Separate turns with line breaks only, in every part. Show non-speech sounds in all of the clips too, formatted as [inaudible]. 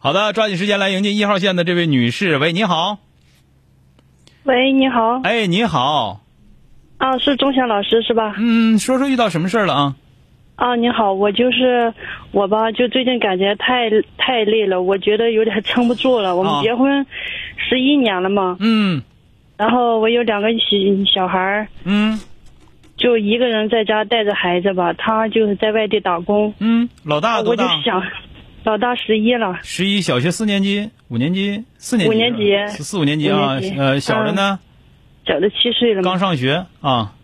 好的，抓紧时间来迎接一号线的这位女士。喂，你好。
喂，你好，
哎，你好。
啊，是钟晓老师是吧？
嗯，说说遇到什么事儿了啊？
啊，你好，我就是我吧，就最近感觉太太累了，我觉得有点撑不住了。我
啊
们结婚十一年了嘛，
嗯
然后我有两个小小孩儿，
嗯
就一个人在家带着孩子吧，他就是在外地打工，
嗯，老大多
我就
大？
想，老大十一了，
十一，小学四年级、五年级、四年级、
五年级
四四五年级啊。
五年级嗯
呃，小的呢，
小的七岁了嘛
刚，上学啊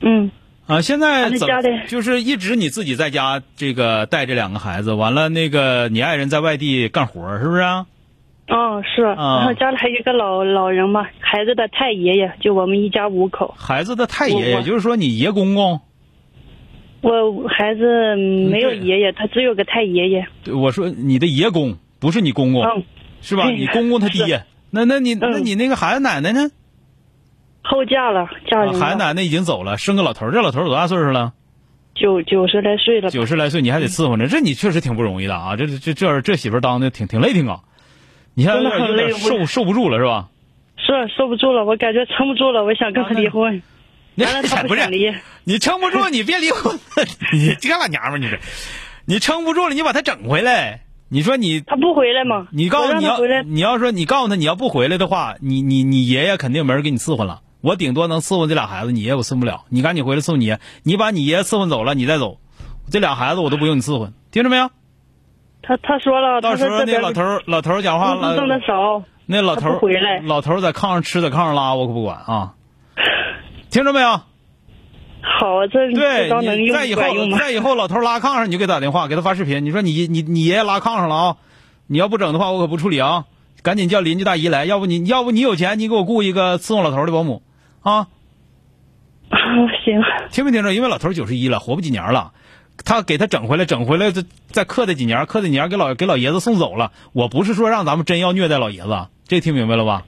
嗯，
啊。现在
俺在
怎
家
么
里
就是一直你自己在家这个带着两个孩子，完了那个你爱人在外地干活儿是不是啊？
哦是，
啊
然后家里还有一个老老人嘛，孩子的太爷爷，就我们一家五口，
孩子的太爷
我
爷，
我
就是说你爷公公。
我孩子嗯没有
对
爷爷，他只有个太爷爷，
对我说你的爷公不是你公公，
嗯。
是吧？
对
你公公他嗯爹，那那你那你那个孩子奶奶呢？
后嫁了，嫁
啊
人
孩子
了，
奶奶已经走了，生个老头儿。这老头儿多大岁数了？
九九十来岁了。
九十来岁，你还得伺候着，这你确实挺不容易的啊！这这这这这媳妇儿当的挺挺累挺啊，你现在有点有
真的很
点
累
受受不住了是吧？
是啊受不住了，我感觉撑不住了，我想跟
啊
他
[laughs] 那
离婚。
你
完
[laughs]
了，他
不
想
是
离。
你撑不住，你别离婚， [laughs] 你这老娘们儿你这，你撑不住了，你把他整回来。你说你
他不回来嘛？
你告
我
诉
让
你
他
要
回来，
你要说你告诉他你要不回来的话，你你你爷爷肯定没人给你伺候了。我顶多能伺候这俩孩子，你爷我伺候不了。你赶紧回来伺候你爷，你把你爷伺候走了，你再走，这俩孩子我都不用你伺候，听着没有？
他他说了，
到
他
时
说
候
这
那
边
老头儿老头儿讲话
工资挣的
了，
少，
那老头
他不回来
儿老头儿在炕上吃，在炕上拉，我可不管啊。听着没有？
好，这
对
这招能
你
用
在以后
管用吗？
在以后老头儿拉炕上，你就给打电话，给他发视频，你说你你你爷爷拉炕上了啊，你要不整的话，我可不处理啊，赶紧叫邻居大姨来，要不你要不你有钱，你给我雇一个伺候老头儿的保姆，啊，
[laughs] 行，
听没听着？因为老头九十一了，活不几年了。他给他整回来，整回来再再克他几年，克他几年给老给老爷子送走了。我不是说让咱们真要虐待老爷子，啊这听明白了吧？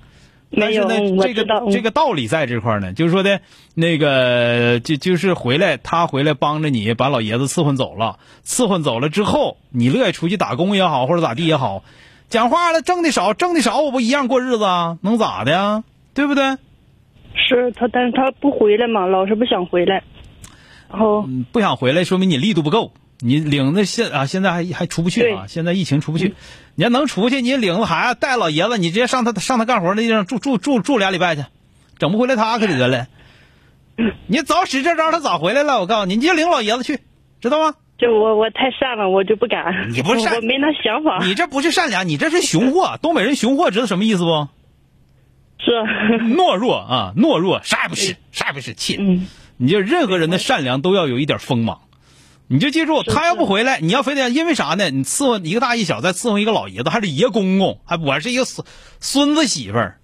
但
没
是
有，
呢
嗯，我
这
知道，
个这个道理在这块儿呢，就是说的，那个就就是回来，他回来帮着你把老爷子伺候走了，伺候走了之后，你乐意出去打工也好，或者咋地也好，讲话了，挣的少，挣的少，我不一样过日子啊，能咋的呀？对不对？
嗯是他，但是他不回来嘛，老是不想回来。然后
嗯不想回来，说明你力度不够。你领着现啊，现在还还出不去啊，
对
现在疫情出不去。你要能出去，你领着孩子带老爷子，你直接上他上他干活那地方住住住住俩礼拜去，整不回来他可得了。你早使这招，他早回来了。我告诉你，你就领老爷子去，知道吗？
就我我太善了，我就不敢。
你不是善
[laughs] 我我没那想法。
你这不是善良，你这是熊货。东北人熊货知道什么意思不？
是， [laughs]
懦弱啊，懦弱，啥也不是，啥也不是，气。
嗯，
你就任何人的善良都要有一点锋芒。你就记住，
是
他要不回来，你要非得因为啥呢？你伺候一个大一小，再伺候一个老爷子，还是爷公公，还我是一个孙孙子媳妇儿，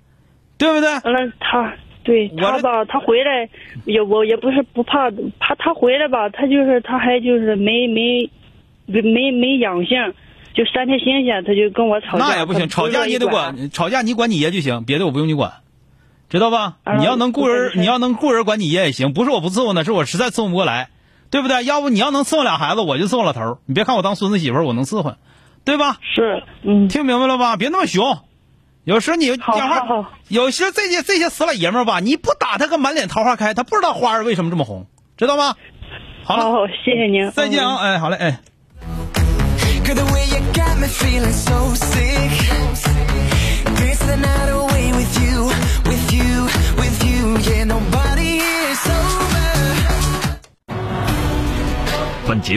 对不对？
完了呃他对
我
他
这
吧，他回来也我也不是不怕怕他回来吧，他就是他还就是没没没没养性，就三天新鲜他就跟我吵架，
那也不行，
他
吵架
乐意
你得
管，
管，吵架你管你爷就行，别的我不用你管，知道吧？
啊
你要能雇
我
人
懂，
你要能雇人管你爷也行，不是我不伺候呢，是我实在伺候不过来，对不对？要不你要能伺候俩孩子，我就伺候老头儿。你别看我当孙子媳妇儿，我能伺候，对吧？
是嗯，
听明白了吧？别那么熊。有时你
好
讲
好
话
好，
有些这些这些死老爷们儿吧，你不打他个满脸桃花开，他不知道花儿为什么这么红，知道吗？好
好
了，
好谢谢您，
再见
嗯
啊！哎，好嘞，哎。
Cause the way you got me feeling so sick. This the night away with you, with you, with you. Yeah, nobody is over.
本节